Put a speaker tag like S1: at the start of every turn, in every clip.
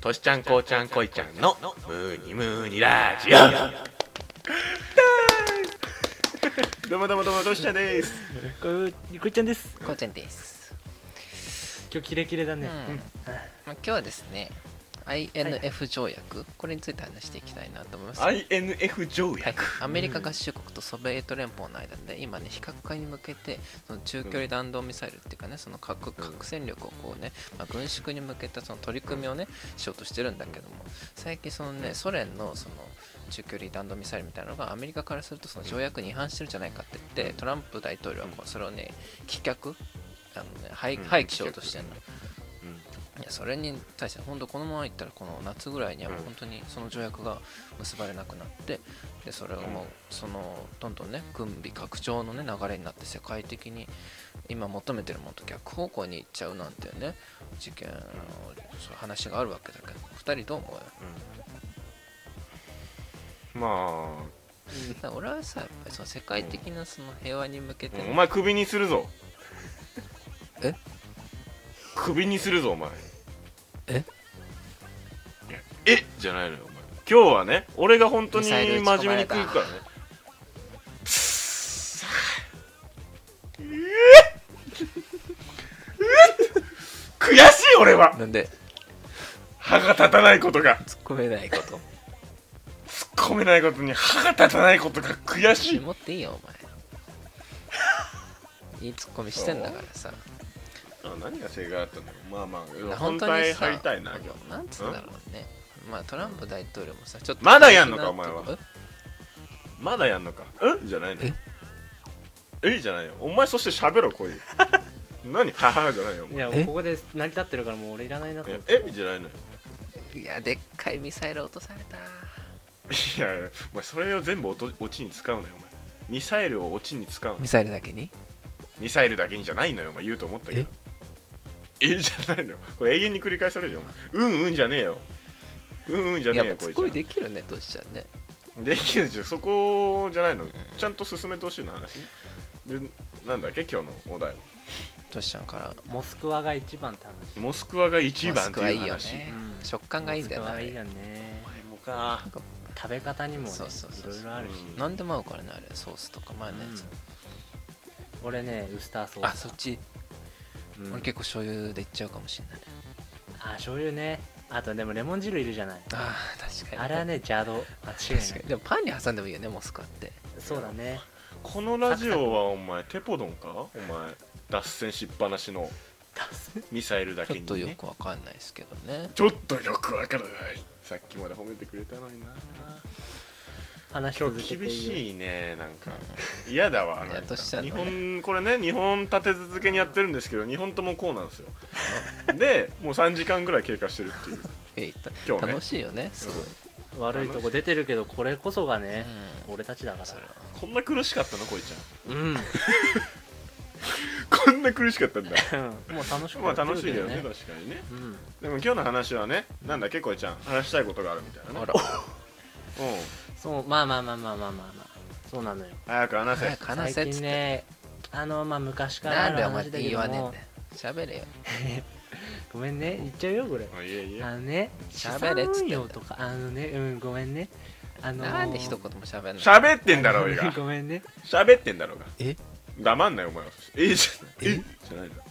S1: としちゃんこうちゃんこいちゃんのムーニムーニラジオ
S2: どうもどうもどうもどうしたです。
S3: こうこいちゃんです
S4: こうちゃんです、
S3: 今日キレキレだ
S4: うん
S3: ね、
S4: まあ、今日はですね INF 条約、これについて話していきたいなと思います、はい
S2: INF 条約。
S4: アメリカ合衆国とソビエト連邦の間で今ね非核化に向けてその中距離弾道ミサイルっていうかねその核核戦力をこうね、まあ軍縮に向けたその取り組みをねしようとしてるんだけども最近そのねソ連のその中距離弾道ミサイルみたいなのがアメリカからするとその条約に違反してるんじゃないかって言ってトランプ大統領はこうそれをね棄却あの、ね、廃
S1: うん
S4: 廃棄しようとしてるの
S1: うん
S4: いやそれに対して本当このままいったらこの夏ぐらいにはもう本当にその条約が結ばれなくなってでそれをもうそのどんどんね軍備拡張のね流れになって世界的に今求めてるものと逆方向に行っちゃうなんてね事件のそう話があるわけだけど2人どう思うよ
S2: ま
S4: だから俺はさやっぱりその世界的なその平和に向けて
S2: あ、お前クビにするぞ。
S4: え？
S2: クビにするぞお前。
S4: え？
S2: いやえじゃないのよお前。今日はね、俺が本当に
S4: ミ
S2: 真
S4: サイル撃ち込まれた
S2: 面目に食うからね。悔しい俺は
S4: なんで
S2: 歯が立たないことが
S4: 突っ込めない こと
S2: 突っ込めないことに歯が立たないことが悔しい
S4: 持っていいよお前いいツッコミしてんだからさ
S2: あ何が正解だったんだろうまあま
S4: いや
S2: あ
S4: 本
S2: 本
S4: 当に
S2: 体
S4: さ
S2: 入りたいな
S4: あの
S2: 今日
S4: なんつうんだろうねまあトランプ大統領もさちょっと
S2: まだやんのか
S4: え
S2: お前はまだやんのかうんじゃないの
S4: え
S2: えじゃないよお前そして喋ろこういう 何ははじゃないよお
S3: い
S2: 前
S3: や
S4: え
S3: ここで成り立ってるからもう俺いらないなと思って
S2: えじゃないのよ
S4: いやでっかいミサイル落とされた
S2: いやいやお前それを全部落と落ちに使うのよお前ミサイルを落ちに使うの
S4: ミサイルだけに
S2: ミサイルだけにじゃないのよお前言うと思ったけどえじゃないのよこれ永遠に繰り返されるよお前うんうんじゃねえようんうんじゃ
S4: い
S2: ね
S4: やも
S2: えよ
S4: うツ
S2: こい
S4: ッ
S2: つ
S4: コミできるねとしちゃんね
S2: できるでしょそこじゃないのちゃんと進めてほしいの話でなんだっけ今日のお題
S4: としちゃんから
S3: モスクワが一番って話
S2: モスクワが一
S4: マ
S2: 番っ
S4: スク
S2: て
S4: はいいういよ
S2: 話
S4: ね
S3: うん
S4: 食感がいいんだよ
S3: モスクワがいい
S4: ね
S3: よね
S2: もか
S3: 食べ方にもね
S4: そうそうそうそ
S3: いろ
S4: う
S3: いろあるし、
S2: うん
S4: 何でも合うからねあれソースとかマヨネーズ
S3: 俺ねウスターソー
S4: あ
S3: ス
S4: そっち
S3: うん
S4: 俺結構醤油でいっちゃうかもしれない
S3: あ醤油ねあとでもレモン汁いるじゃない
S4: あー確かに
S3: あれはね邪道間違いな
S4: 確か
S3: い
S4: にでもパンに挟んでもいいよねモスクワって
S3: そうだね
S2: このラジオはお前テポドンかお前脱線しっぱなしのミサイルだ
S4: ち
S2: け
S4: ょ
S2: に、
S4: っ
S2: ね、
S4: とよくわかんないですけどね
S2: ちょっとよくわからないさっきまで褒めてくれたのにな
S3: 話し
S2: 今
S3: 続
S2: 日
S3: けて
S2: 厳
S3: いい
S2: しいねなんか嫌だわ
S4: いや
S2: なんか
S4: としちゃん
S2: 日
S4: のね
S2: 本これね日本立て続けにやってるんですけど日本ともこうなんですよでもう3時間ぐらい経過してるっていう
S4: え
S2: 今日ね
S4: 楽しいよねすごい、
S3: 悪いとこ出てるけどこれこそがね、
S4: うん
S3: 俺たちだから
S4: それは
S2: こんな苦しかったのこいちゃ ん
S3: うん
S2: こんな苦しかったんだ。
S3: もう楽しくな
S2: まあ
S3: ってる
S2: 楽しいよね、
S3: けど
S2: 確かにね。
S3: うん
S2: でも今日の話はね、なんだっけ、こいちゃん、話したいことがあるみたいな
S4: ほ
S2: ね。
S4: ら
S2: うん、
S3: そうまあまあまあまあまあまあまあそうなのよ
S2: 早く話
S4: 早
S2: せ。
S4: く 話せっ
S3: 最
S4: つっ
S3: 近
S4: て
S3: ねあのまあ昔からあ
S4: なん
S3: る
S4: でお
S3: 話
S4: 前
S3: だ
S4: って
S3: け
S4: 言わ
S3: ど
S4: ねえん
S3: も
S4: だよ喋れよ
S3: ごめんね言っちゃうよこれ
S2: あいえいえ
S3: あ。のね
S4: 喋れっつってんだよ
S3: 資産運用とかあのねうんごめんねあのー。
S4: なんで一言も喋んない
S2: 喋ってんだろうが
S3: ごめんね
S2: 喋ってんだろうが。
S4: え
S2: 黙んない、お前は。えじゃない。
S4: え
S2: えじゃないんだ。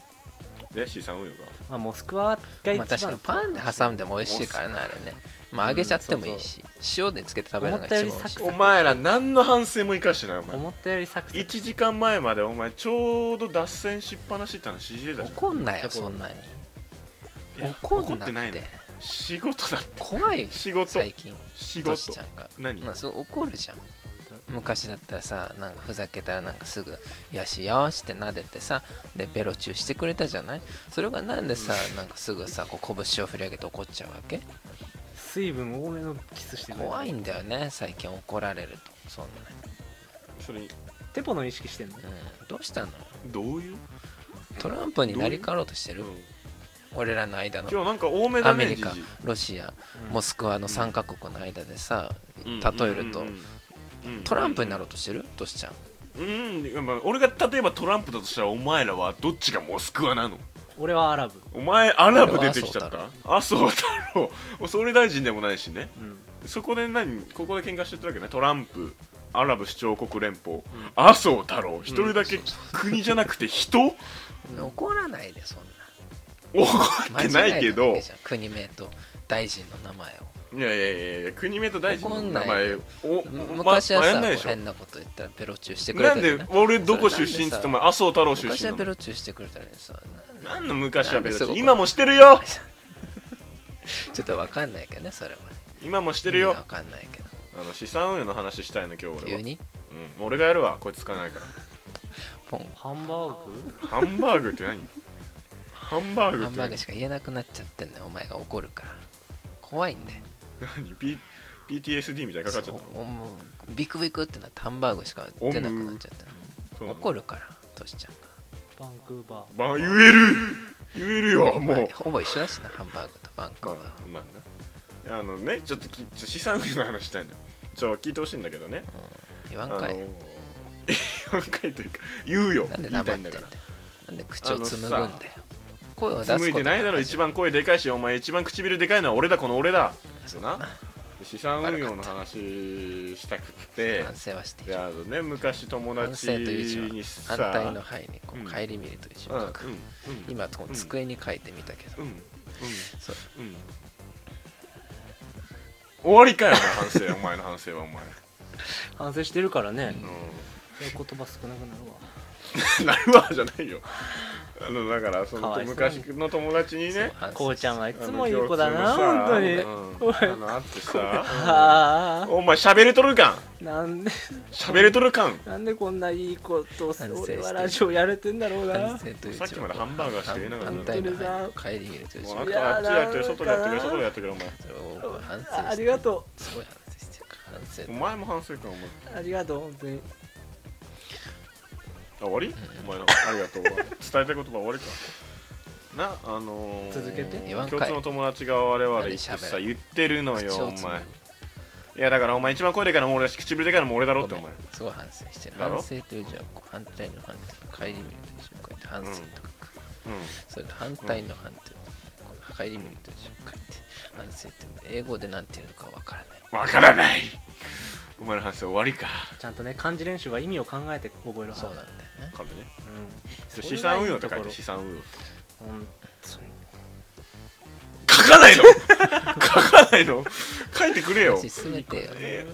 S2: で、資産運用が。
S3: まあモスクワが一
S4: まあ
S3: 番
S4: 確かにパンで挟んでも美味しいからねあれねまあ揚げちゃってもいいし、塩でつけて食べるのが一番美味しい
S3: 思
S2: お前ら、何の反省も生かしてない、お前。
S3: 思ったよりサクサク
S2: 1時間前までお前ちょうど脱線しっぱなしって話してたじゃん
S4: 怒んなよそんなに
S2: いや
S4: 怒
S2: 怒
S4: ん
S2: っ
S4: なってて
S2: ないの仕事だって
S4: 怖いよ
S2: 仕事
S4: 最近
S2: 仕
S4: とし
S2: 事
S4: ちゃんが
S2: 何
S4: まあそう怒るじゃん昔だったらさなんかふざけたらなんかすぐ「よしよし」って撫でてさでベロチューしてくれたじゃないそれがなんでさなんかすぐさこう拳を振り上げて怒っちゃうわけ
S3: 水分多めのキスしてくれ
S4: 怖いんだよね最近怒られるとそん
S2: それ
S3: テポの意識してんの
S4: な、うん、どうしたの
S2: どういう
S4: トランプになりかろうとしてる俺らの間の
S2: 今日なんか多め
S4: ア
S2: だ
S4: メ
S2: ね
S4: リカ
S2: ジジ
S4: ロシア
S3: うん
S4: モスクワの3カ国の間でさ例えるとトランプになろうとしてるとしちゃん
S2: うん、うんまあ俺が例えばトランプだとしたらお前らはどっちがモスクワなの
S3: 俺はアラブ、
S2: お前アラブ出てきちゃっ
S4: 俺は
S2: た麻生太郎総理大臣でもないしね
S3: うん、
S2: そこで何ここで喧嘩してたわけねトランプアラブ首長国連邦、麻生太郎一人だけ
S4: うんそう
S2: 国じゃなくて人
S4: 怒らないでそんな
S2: 怒ってないけど
S4: 間違えただけじゃん国名と大臣の名前を
S2: いやいやいやいや国名と大臣の名前をお
S4: 昔は
S2: ま
S4: さ、
S2: やんないでしょ
S4: 変なこと言ったらベロチューしてくれ
S2: な
S4: たり
S2: んで
S4: ね
S2: 俺どこ出身っつ
S4: そ
S2: って言
S4: れ
S2: って麻生太郎出
S4: 昔はベ
S2: 身なの
S4: ロチューしてくれたりさな
S2: 何の昔はベロチ
S4: なんでそこ
S2: 今もしてるよ
S4: ちょっとわかんないけどねそれは
S2: 今もし
S4: して
S2: るよ
S4: わかんないけど
S2: あの資産運用の話したいの今日俺
S4: 急
S2: は、
S4: に
S2: うん、俺がやるわこいつ使わないか
S4: ポン
S3: ハンバーグ
S2: らハンバーグって何ハンバーグ
S4: ハ
S2: っ
S4: ン
S2: て
S4: バー
S2: 何
S4: グしか言えなくなっちゃってんだよお前が怒るから怖いんだよ
S2: 何 P- PTSD みたいにかかっちゃったの
S4: そうもうビクビクってなってハンバーグしか出なくなっちゃった
S2: そうなの
S4: 怒るからトシちゃんが
S3: バンクーバ
S2: ば言える言えるよも
S4: まあ
S2: う
S4: ほぼ一緒だしなハンバーグとバンク
S2: まあ
S4: は
S2: まあなあのねちょっときちょっと資産運用の話したいのよちょ聞いてほしいんだけどね
S4: 言わ
S2: あ
S4: ん
S2: の
S4: かい
S2: ー何回というか言うよ
S4: なんで
S2: 言いた
S4: 黙っ
S2: い
S4: てんだ
S2: んだ
S4: よ
S2: から
S4: なんで口を紡ぐんだよ声を出すこと
S2: 紡いでないだろ一番声でかいしお前一番唇でかいのは俺だこの俺だそうな資産運用の話したくて
S4: 反省はしてい
S2: で
S4: る
S2: あのね昔友
S4: 反
S2: 達
S4: 省という字
S2: に
S4: は
S2: さ
S4: 反対の範囲にこ
S2: うん
S4: う帰り見るという字
S2: うん
S4: を
S2: うん
S4: 書く今こう机に書いてみたけど
S2: うんうん
S4: そう
S2: うん終わりかよな反省お前の反省はお前
S3: ー反省してるからね、
S2: う
S3: 言葉少なくなるわ
S2: ん なるわじゃないよあのだからそ
S3: か
S2: の
S3: わいそうに
S2: 昔の友達にね
S4: 反省
S3: こうちゃんはい
S2: あの
S3: つもいい子だな本当に、
S2: 共通のさうんあのあってさ
S3: あ
S2: お前喋れとるかん
S3: あなんで
S2: 喋れとるかん
S3: なんでこんないいこと
S4: 反省して
S3: 俺はラジオやれてんだろう
S4: 反
S3: な
S4: 省という字
S2: さ
S4: は
S2: っきまでハンバーガーしか言えなかった
S4: 反対の範囲に帰り見るという字
S2: も
S4: を
S2: うあとはあっちでやってる外でやってる外でやってるお前
S4: それを反省
S3: ああ
S4: して
S3: りがと
S4: すごい反省してるから反省
S2: お前も反省かお前
S3: うありがとう本当に
S2: あ終わりお前のありがとうは伝えたい言葉終わりかなあのー
S3: 続けて
S4: 言わんかい
S2: 共通の友達が我々
S4: 何
S2: 言っ
S4: 喋
S2: て
S4: る
S2: さ言ってるのよ
S4: 口
S2: お
S4: をつむ
S2: 前いやだからお前一番声でかいのも俺だし唇でかいのも俺だろってお前
S4: すごい反省してる
S2: だろ
S4: 反省という字はこう反対の反対帰り見るという字を書いて反省とか書くそれと反対の反対この帰り見るという字を書いて反省って英語でなんていうのかわからない
S2: うんわからないお前の反省終わりか
S3: ちゃんとね漢字練習は意味を考えて覚えろ
S4: そうなんだ
S3: だ
S4: よね
S2: これね
S3: うん
S2: 資産運用って書い
S3: それが
S2: て
S3: いい
S2: 資産運用
S3: ところ本当に
S2: 書かないの 書かないの書いてくれよ
S4: 話進めてよ
S2: え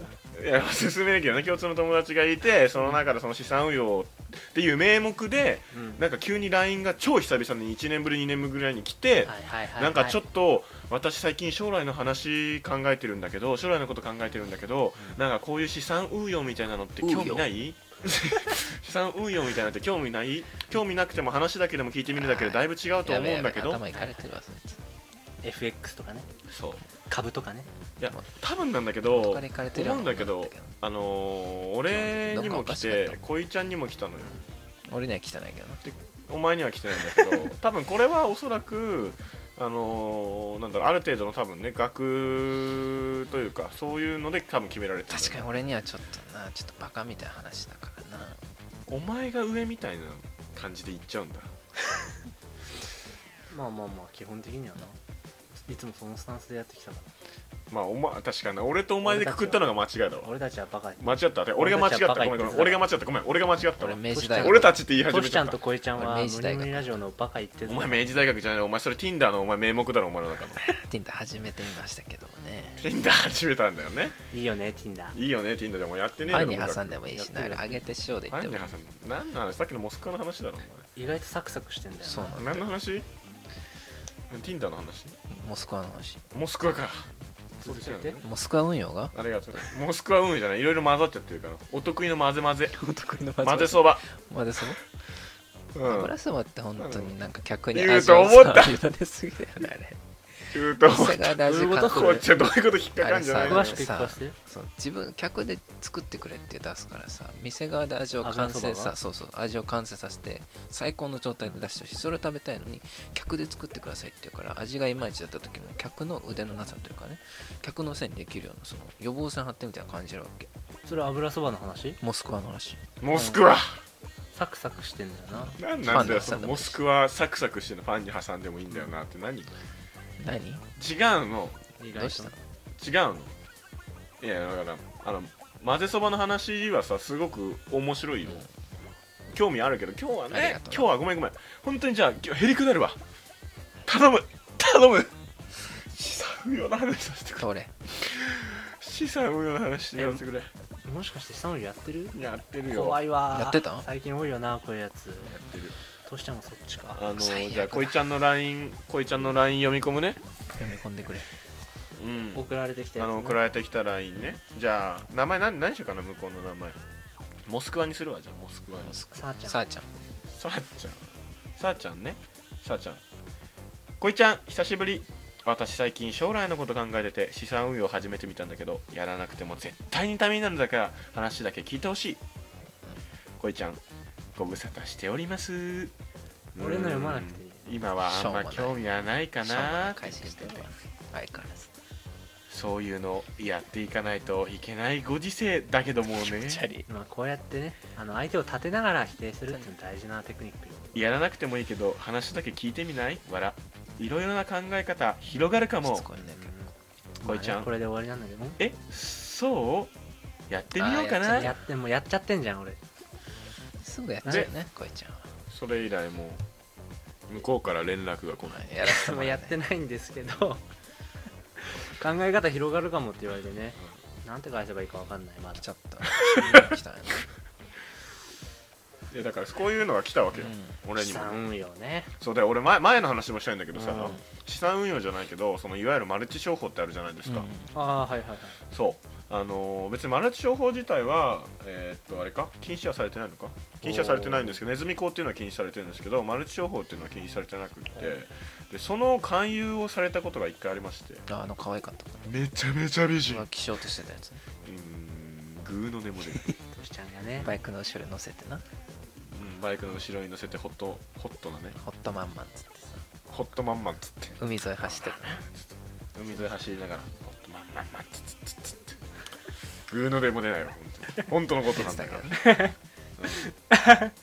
S2: いや進めるけどね共通の友達がいてその中でその資産運用っていう名目で
S3: うん
S2: なんか急に LINE が超久々に1年ぶり2年ぶりぐらいに来て、
S3: はいはいはい
S2: なんかちょっ
S3: と
S2: と私最近将来の話考えてるんだけど将来のこと考えてるんだけど、なんかこういう資産運用みたいなのって興味ない 資産運用みたいなのって興味ない興味なくても話だけでも聞いてみるだけでだいぶ違うと
S4: やべ
S2: 思
S4: え
S2: うんだけど
S4: やべえ頭いかれてるわそいつ
S3: FX とかね
S2: そう
S3: 株とかね
S2: いや多分なんだけど
S4: 他に行かれてるよ
S2: 思うんだけどあのー俺に
S4: どっ
S2: も来
S4: かおかしか
S2: て
S4: った
S2: 恋ちゃんにも来たのよ
S4: 俺には来てないけどな
S2: お前には来てないんだけど多分これはおそらくあのーなんだろうある程度の多分ね額というかそういうので多分決められてる
S4: 確かに俺にはちょっとなちょっとバカみたいな話だからな
S2: お前が上みたいな感じで言っちゃうんだ
S3: まあまあまあ基本的にはないつもそのスタンスでやってきたか
S2: まあお前確かに俺とお前でくくったのが間違いだ
S3: ら
S2: わ
S3: 俺たちはバカ
S2: 間違ったで俺が間違ったごめんごめん俺が間違ったごめん俺が間違ったわ
S4: 俺明治大学
S2: 俺たちって言い始
S3: ト
S2: め
S3: シ
S2: ち
S3: ちゃ
S2: ゃ
S3: ん
S2: っ
S3: と
S2: た
S3: 小江ちゃんはム
S4: 俺明治大
S3: ニ
S4: 学
S3: ムニラジオのバカ言って
S2: お前明治大学じゃないお前それ Tinder のお前名目だろお前の中の
S4: ティンダ始めてみましたけどもね
S2: Tinder 始めたんだよね
S3: いいよね Tinder
S2: いいよね Tinder でもやってねえ
S4: パ
S2: だ
S4: ン
S2: ろ
S4: に
S2: 僕
S4: 挟
S2: は
S4: んでもいいしな
S3: や
S4: あ
S3: って
S4: れ
S3: る
S4: 揚げて塩でいっ
S2: パ
S4: て
S2: ン
S4: も
S2: に挟んで何の話さっきのモスクワの話だろお前
S3: 意外とサクサクしてんだよな
S4: そうなんだ
S2: 何の話 ?Tinder の話
S4: モスクワの話
S2: モスクワか
S3: 続けて
S4: モスクワ運用が
S2: ありがとうモスクワ運輸じゃないいろいろ混ざっちゃってるからお得意の混ぜ混ぜ
S4: お得意の
S2: 混ぜそば
S4: 混ぜそば
S2: うん
S4: 油そばって本当になんか客に
S2: 言う
S4: 味
S2: と
S4: を
S2: 思
S4: さ
S2: った
S4: 委ねすぎだよねあれ
S2: 中途
S4: それが大事か
S2: こっちはどういうこと引っかかんじゃない
S4: あ
S2: の
S3: 詳
S4: れ
S3: し
S4: さ
S3: く聞かせて
S4: そう自分客で作ってくれって出すからさ店側で味を完成
S3: 油そば
S4: さ
S3: が
S4: そうそう味を完成させて最高の状態で出してほしいそれを食べたいのに客で作ってくださいって言うから味がいまいちだった時の客の腕のなさというかね客のせいにできるようなその予防線張ってみたいな感じるわけ
S3: それは油そばの話
S4: モスクワの話
S2: モスクワ
S3: サクサクしてんだよな
S2: なんなんだよ
S4: ファンに挟んでもいいし
S2: そのモスクワサクサクしてのファンに挟んでもいいんだよなって何違う
S4: 何
S2: の
S3: 意
S4: ど
S3: 外
S4: うし
S3: と
S4: た
S2: 違うのいやだからあの混ぜそばの話はさすごく面白いよ、興味あるけど今日は
S4: あり
S2: ね
S4: がとう
S2: 今日はごめんごめん本当にじゃあ今日へりくだるわ頼む頼む資産運用の話させてくれ
S4: どれ
S2: 資産運用の話してやってくれ
S3: もしかしてサウンやってる
S2: やってるよ
S3: 怖いわ
S4: やってた
S3: 最近多いよなこういうやつ
S2: やってる
S3: どうしてもそっちか
S2: あの
S4: 最悪だ
S2: じゃあこいちゃんの LINE こいちゃんの LINE 読み込むね
S4: 読み込んでくれ
S2: うん
S3: 送られてきたや
S2: あ
S3: つね
S2: の送られてきた LINE ねじゃあ名前何何しようかな向こうの名前モスクワにするわじゃあモスクワに
S3: さあちゃん
S4: さあちゃん
S2: さあちゃんさあちゃんねさあちゃんこいちゃん久しぶり私最近将来のこと考えてて資産運用を始めてみたんだけどやらなくても絶対にためになるんだから話だけ聞いてほしいこいちゃんご無沙汰しております
S3: 俺の読まなくていい
S2: うん今はあんま興味はないか
S4: しょうもな
S2: ない
S4: 返ししてるわ相変わらず
S2: そういうのやっていかないといけないご時世だけどもね
S4: チャリ
S3: まあこうやってねあの相手を立てながら否定するっていうの大事なテクニックよ
S2: やらなくてもいいけど話だけ聞いてみないわらいろいろな考え方広がるか
S4: し
S2: も
S4: つこいんだけど
S2: こいちゃん
S3: これで終わりなんだけど
S2: えそうやってみようか
S4: あー
S2: な
S3: やってもうやっちゃってんじゃん俺
S4: すぐやっちゃうよねこいちゃんは
S2: それ以来もう向こうから連絡が来ない
S4: やらせて
S3: も
S4: も
S3: う
S4: ら
S3: や
S4: う
S3: っ
S4: ね
S3: てないんですけど 考え方広がるかもって言われてねなんて返せばいいかわかんないまだ
S4: ちょっ と来たね
S2: いやだからこういうのが来たわけよ、俺
S3: 資
S2: にも
S3: 産運用ね
S2: そうで俺前前の話もしたいんだけどさ、
S3: うん
S2: 資産運用じゃないけどそのいわゆるマルチ商法ってあるじゃないですか、
S3: ああーはいはいはい
S2: そうあのー別にマルチ商法自体はえーっとあれか禁止はされてないのか禁止はされてないんですけどネズミ講っていうのは禁止されてるんですけどマルチ商法っていうのは禁止されてなくってでその勧誘をされたことが一回ありまして
S4: ああの可愛かった子
S2: めちゃめちゃ美人
S4: 浮気しようとしてたやつね
S2: うんグーの根も出る、
S3: トシちゃんがね
S4: バイクの後ろに乗せてな
S2: うん、バイクの後ろに乗せてホットホットなね
S4: ホットマンマンつってさ
S2: ホットマンマンっつって
S4: 海沿い走 ってる
S2: 海沿い走りながらホットマンマンマンっつってつってつってグーの根も出ないよ本当に本当のことなんだ から
S4: ね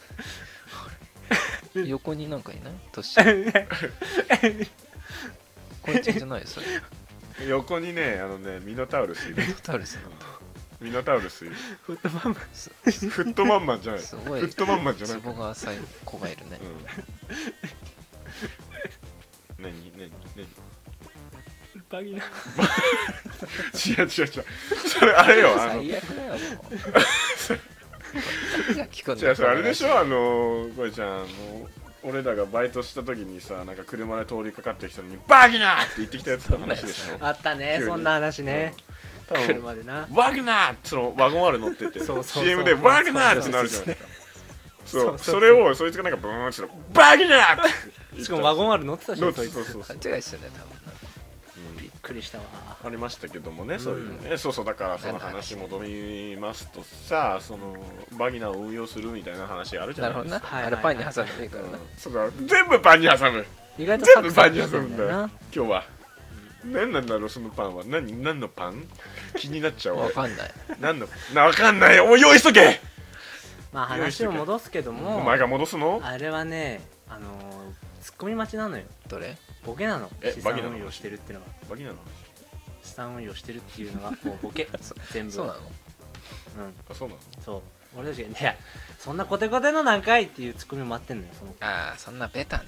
S4: 横になんかい ない年こいつじゃないよそれ
S2: 横にねあのねミノタウルスいる
S4: タオルさん
S2: ミノタウルスいる
S3: フットマンマン
S4: す
S2: フットマンマンじゃない
S4: す
S2: フ
S4: ごい
S2: ットマンマンじゃない
S4: ツボが浅い子がいるね
S2: うん何何何
S3: バギナ
S2: 違う違う違うそれあれよあの
S4: 最悪 だよもう何が聞くんだ
S2: じゃあそれあれでしょあのこれちゃんあの俺らがバイトした時にさなんか車で通りかかってきたのに「バギナー!」って言ってきたやつの話でしょ
S3: あったね
S2: 急に
S3: そんな話ね
S2: 多分
S3: 車でな
S2: ワグナーってそのワゴン R 乗ってて
S3: そうそうそう
S2: CM でワグナーってなるじゃないですか
S3: う
S2: そ
S3: そう
S2: う
S3: そう
S2: それをそいつがなんかブーンってしたらバグナーって言っ た
S3: しかもワゴンある乗ってたし
S2: そう
S3: ねそ
S2: そう
S3: いつ
S2: そうそうそう
S4: 勘違いしてたよ多分な
S3: びっくりしたわ
S2: ありましたけどもね、
S3: ん
S2: そういうねそうそうだからその話戻りますとさそのバギナーを運用するみたいな話あるじ
S4: な
S2: ゃ
S4: る
S2: な
S4: ほ
S2: い
S4: ど
S2: です
S4: な
S2: か
S3: はい
S4: あれパンに挟んでいいからな
S2: うんそうだ全部パンに挟む
S3: 意外とサ
S2: 全
S3: ク
S2: 部
S3: サ
S2: パ
S3: ク
S2: ン
S3: し
S2: に
S3: て
S2: 挟
S3: ん
S2: む
S3: だ
S2: んだ
S3: よな
S2: よ今日は何なんだろうそのパンは何何のパン気になっちゃう
S4: わ
S2: わ
S4: かんない
S2: 何のなわかんないおい用意しとけ
S3: まあ話を戻すけども
S2: お前が戻すの
S3: あれはねあのーツッコミ待ちなのよ
S4: どれ
S3: ボケなの
S2: え
S3: 資
S2: バ
S3: 産
S2: ギナの
S3: 運
S2: 話
S3: 用してるってのは
S2: バギナーの
S3: 資産運用してるっていうのはもうボ ケ全部
S4: そうなの
S3: うん
S2: あそうなの
S3: そう俺たちが「いやそんなコテコテの何回?」っていうツッコミを待ってんのよその
S4: ああそんなベタに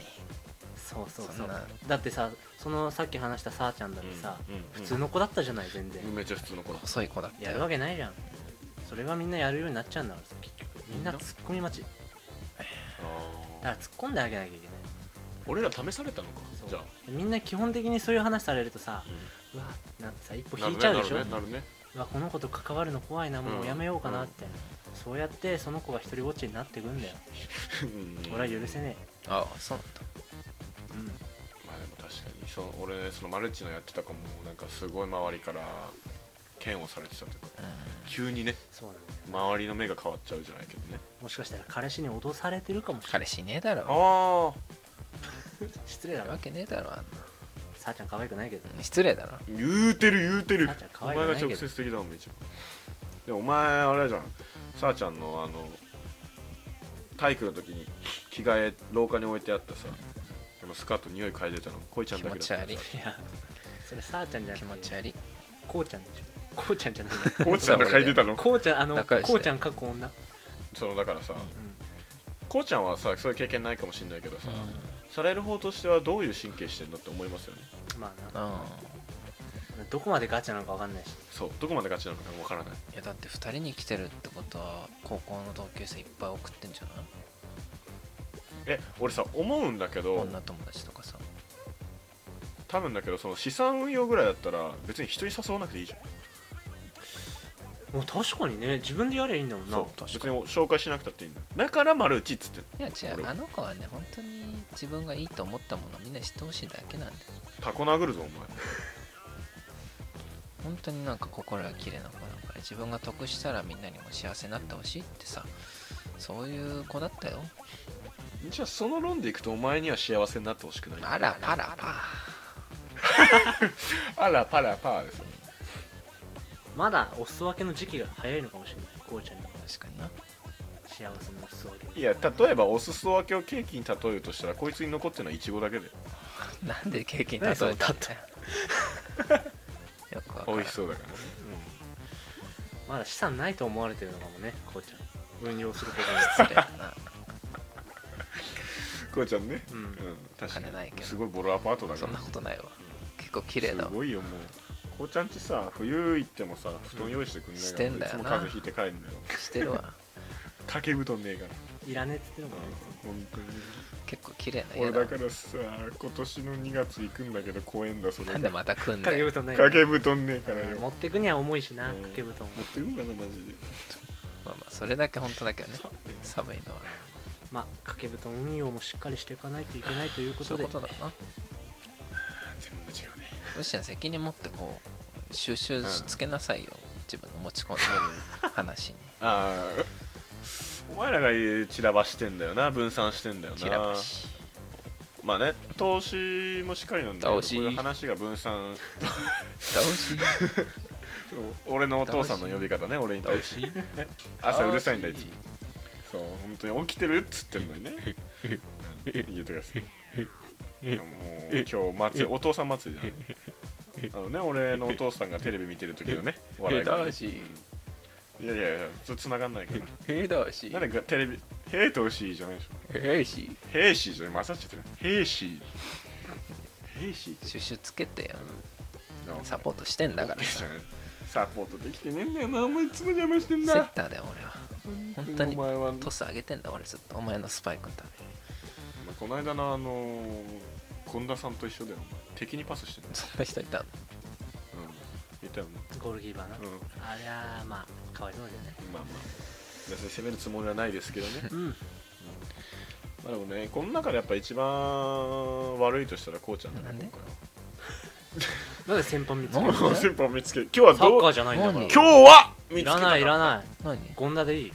S3: そうそう
S4: そ
S3: そ
S4: んな
S3: うだってさそのさっき話したさーちゃんだってさ、
S2: うんうん
S3: 普通の子だったじゃない全然、
S2: めっちゃ普通の子だ
S4: 細い子だった
S3: やる
S4: よ
S3: わけないじゃんそれがみんなやるようになっちゃうんだからさ結局みんなツッコミ待ちだから突っ込んであげなきゃいけない
S2: 俺ら試されたのか
S3: そう
S2: じゃあ
S3: みんな基本的にそういう話されるとさ、うわなんてさ一歩引いちゃうでしょ、
S2: なるねなるね
S3: うわこの子と関わるの怖いなもうやめようか
S2: う
S3: なんって、そうやってその子が一人ぼっちになってくんだよ、
S2: うん
S3: 俺は許せね
S4: ああそうなんだ
S3: え、うん、
S2: まあでも確かにその俺そのマルチのやってた子もなんかすごい周りから嫌悪されてたというか急にね
S3: そうなんだよ
S2: 周りの目が変わっちゃうじゃないけどね
S3: もしかしたら彼氏に脅されてるかもしれな
S4: 彼氏いねえだろ
S2: あ
S3: い失礼
S4: や
S3: だ
S4: る
S3: ろ
S4: わけねえだろあんな
S3: さあちゃん可愛くないけど
S4: うん失礼だろ
S2: 言うてる言うてる
S3: さあちゃん可
S2: お
S3: 愛
S2: 前
S3: く
S2: が
S3: ないけ
S2: 直
S3: ど
S2: 接的だもん一番でお前あれじゃんさあちゃんのあの体育の時に着替え廊下に置いてあったさこのスカート匂い嗅いでたの恋ちゃんだけだった
S4: 気持ち悪
S3: いやそれさあちゃんじゃな
S4: 気
S3: く
S4: 持ち
S3: て
S4: 悪い
S3: こうちゃんでしょこうちゃんじゃない
S2: 恋ちゃんが嗅いでた の
S3: こうちゃんあの
S4: 仲良しで
S3: こうちゃんかっこ女
S2: そのだからさ
S3: う
S2: こうちゃんはさそういう経験ないかもしれないけどさ、される方としてはどういう神経してんだって思いますよね
S3: んまあな
S4: ああ
S3: どこまでガチなのかわかんないし
S2: そうどこまでガチなのかわからない
S4: いやだって2人に来てるってことは高校の同級生いっぱい送ってんじゃない
S2: え俺さ思うんだけど
S4: 女友達とかさ
S2: 多分だけどその資産運用ぐらいだったら別に人に誘わなくていいじゃん
S3: もう確かにね自分でやればいいんだもんな
S2: そう別に紹介しなくたっていいんだだからマルチっつってんの
S4: いや違
S2: 俺
S4: う
S2: は
S4: あの子はね本当に自分がいいと思ったものをみんな知ってほしいだけなんだよ
S2: タコ殴るぞお前
S4: 本当になんか心が綺麗な子だから自分が得したらみんなにも幸せになってほしいってさそういう子だったよ
S2: じゃあその論でいくとお前には幸せになってほしくない
S4: あらパラパ
S2: あらパラパーです
S3: まだお裾分けの時期が早いのかもしれないこうちゃんの
S4: 確かにな
S3: 幸せのお裾分け
S2: いや例えばお裾分けをケーキに例えるとしたらこいつに残ってるのはイチゴだけで
S4: なんで経験例え
S3: 何
S4: た
S3: そ
S4: ん
S3: れ
S4: だよよくわか
S2: 美
S4: る
S2: 味しそうだからね
S3: うんまだ資産ないと思われてるのかもねこうちゃん運用することに
S4: 失礼だな
S2: こうちゃんね
S3: うん
S2: うん確か
S4: 金ないけ
S2: に
S4: ど
S2: すごいボロアパートだか
S4: そ
S2: ら
S4: んなことないわ結構綺麗だわ
S2: すごいよもうこうちゃんちさ冬行ってもさ布団用意してくんないから、
S4: してんだよない
S2: つも風邪ひいて帰るんだよ
S4: してるわ
S2: 掛け布団ねえから
S3: いらねえっつってんのか
S2: 本当に
S4: 結構綺麗な
S2: 俺
S4: 家だ
S2: だ
S4: わ
S2: からさ今年の2月行くんだけど公園だそれ
S4: なんでまた来ん
S3: な掛
S4: だ
S3: け
S4: よ
S3: 布団ない
S2: 掛け布団ねえから
S3: うん
S2: よ
S3: 持ってくには重いしな
S2: うん
S3: 掛け布団
S2: 持ってくんかなマジで
S4: まあまあそれだけ本当だけどね
S2: さ
S4: 寒いのは
S3: まあ掛け布団運用もしっかりしていかないといけないということ
S4: そうい
S3: で
S4: うことだな
S2: 全部違うね
S4: むしろ責任持ってこう収集しつけなさいよ、自分の持ち込んでる話に
S2: ああお前らが散らばしてんだよな分散してんだよな
S4: 散らばし
S2: まあね投資もしっかりなんだけど
S4: 投
S2: こ
S4: 資
S2: ういう話が分散
S4: 倒し
S2: 俺のお父さんの呼び方ね俺に対して 朝うるさいんだいつもそう本当に起きてるっつってんのにね言うてくださいもう今日祭りお父さん祭りじゃんあのね俺のお父さんがテレビ見てる時のね笑いが、ね、
S4: し
S2: いやいやいやそれ繋がんないから
S4: へだし
S2: なんでテレビ「ヘイトシー」じゃないでしょ
S4: へし
S2: 「ヘイシー」じゃない混ざっちゃってる「ヘイシー」「ヘイシー」って
S4: 収集つけてよ
S2: なんか
S4: サポートしてんだからさ
S2: サポートできてねえんだよなお前いつも邪魔してん
S4: セッ
S2: だ
S4: ターだよ俺は本当に
S2: お前は
S4: トス上げてんだ俺ずっとお前のスパイクのために
S2: まあこの間のあのー権田さんと一緒だよお前敵にパスしてる
S4: そんな人いたの
S2: うんいたよね
S3: ゴールキーパーな
S2: うん
S3: あれはまあかわいそうだよね
S2: まあまあ別に攻めるつもりはないですけ どね
S3: うん
S2: まあでもねこの中でやっぱ一番悪いとしたらこうちゃんだ
S4: なんで
S2: 僕は
S3: なんで先輩見つける
S4: な
S3: の
S4: んで
S2: この先輩見つけ今日は
S3: サッカ
S2: ど
S3: ー
S2: う
S3: じゃないんだから
S4: 何
S2: 今日はい
S3: らないいらない
S4: 何
S3: 権田でいい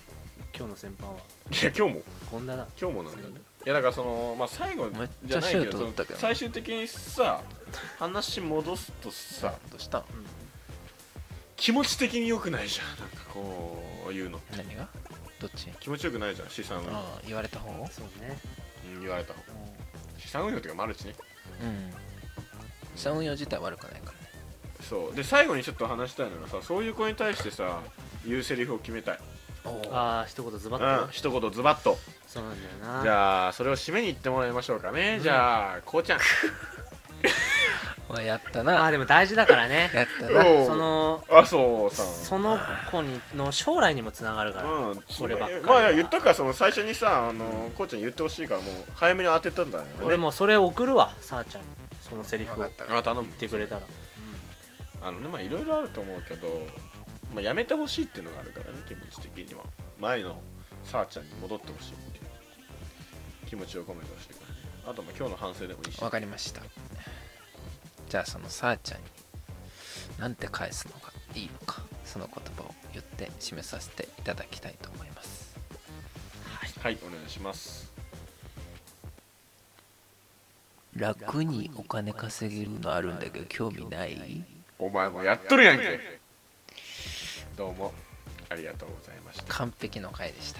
S3: 今日の先輩はい
S2: や今日も
S3: 権田だ
S2: 今日もなんだよねいやだからそのまあ最後
S4: めっ
S2: じ
S4: ち
S2: ゃ
S4: ゃ
S2: ない
S4: シ
S2: け
S4: ュ
S2: ど
S4: ート打ったけど
S2: 最終的にさ話戻すとさ
S4: どうしたの
S2: 気持ち的に良くないじゃんなんかこういうの
S4: 何がどっち
S2: 気持ちよくないじゃん資産運用
S4: ああ言われた方
S3: そうね
S2: うん言われた方資産運用っていうかマルチね
S4: うん資産運用自体悪くないからね
S2: そうで最後にちょっと話したいのがさそういう子に対してさ言うセリフを決めたい、
S4: おお
S3: ああ一言ズバ
S2: うん
S3: ッ、と
S2: 一言ズバッと
S3: そうなんだよな
S2: じゃあそれを締めに言ってもらいましょうかね、
S3: うん
S2: じゃあこうちゃん
S4: おいやった
S3: あ
S4: な
S3: ーでも大事だからね
S4: やった
S2: お
S4: な
S2: う
S3: その
S2: 麻生さん
S3: その子にの将来にもつながるから
S2: うん、
S3: そればっかりは
S2: まあいや言ったからその最初にさあのこうちゃん言ってほしいからもう早めに当てたんだよね
S3: 俺もそれ送るわさあちゃんにそのセリフを
S4: わ
S3: 言
S4: かった
S2: あ頼む
S3: ってくれたら
S2: あのねまあいろいろあると思うけど、まあ、やめてほしいっていうのがあるからね気持ち的には前のさあちゃんに戻ってほしいっていう気持ちを込めてほしいからねあとまあ今日の反省でもいいし
S4: わかりましたじゃあそのさあちゃんになんて返すのがいいのかその言葉を言って示させていただきたいと思います
S2: はいお願いします
S4: 楽にお金稼げるのあるんだけど興味ない
S2: お前もやっとるやんけどうもありがとうございました
S4: 完璧の回でした